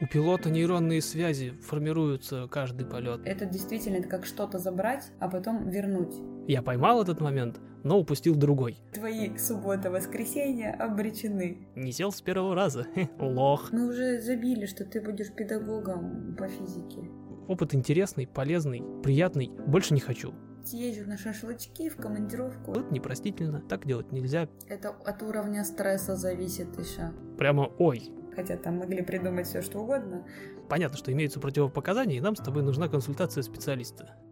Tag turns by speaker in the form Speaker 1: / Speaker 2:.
Speaker 1: У пилота нейронные связи формируются каждый полет.
Speaker 2: Это действительно это как что-то забрать, а потом вернуть.
Speaker 1: Я поймал этот момент, но упустил другой.
Speaker 2: Твои суббота-воскресенья обречены.
Speaker 1: Не сел с первого раза. Хе, Лох.
Speaker 2: Мы уже забили, что ты будешь педагогом по физике.
Speaker 1: Опыт интересный, полезный, приятный. Больше не хочу.
Speaker 2: Съезжу на шашлычки в командировку.
Speaker 1: Вот непростительно. Так делать нельзя.
Speaker 2: Это от уровня стресса зависит еще.
Speaker 1: Прямо ой.
Speaker 2: Хотя там могли придумать все что угодно.
Speaker 1: Понятно, что имеются противопоказания, и нам с тобой нужна консультация специалиста.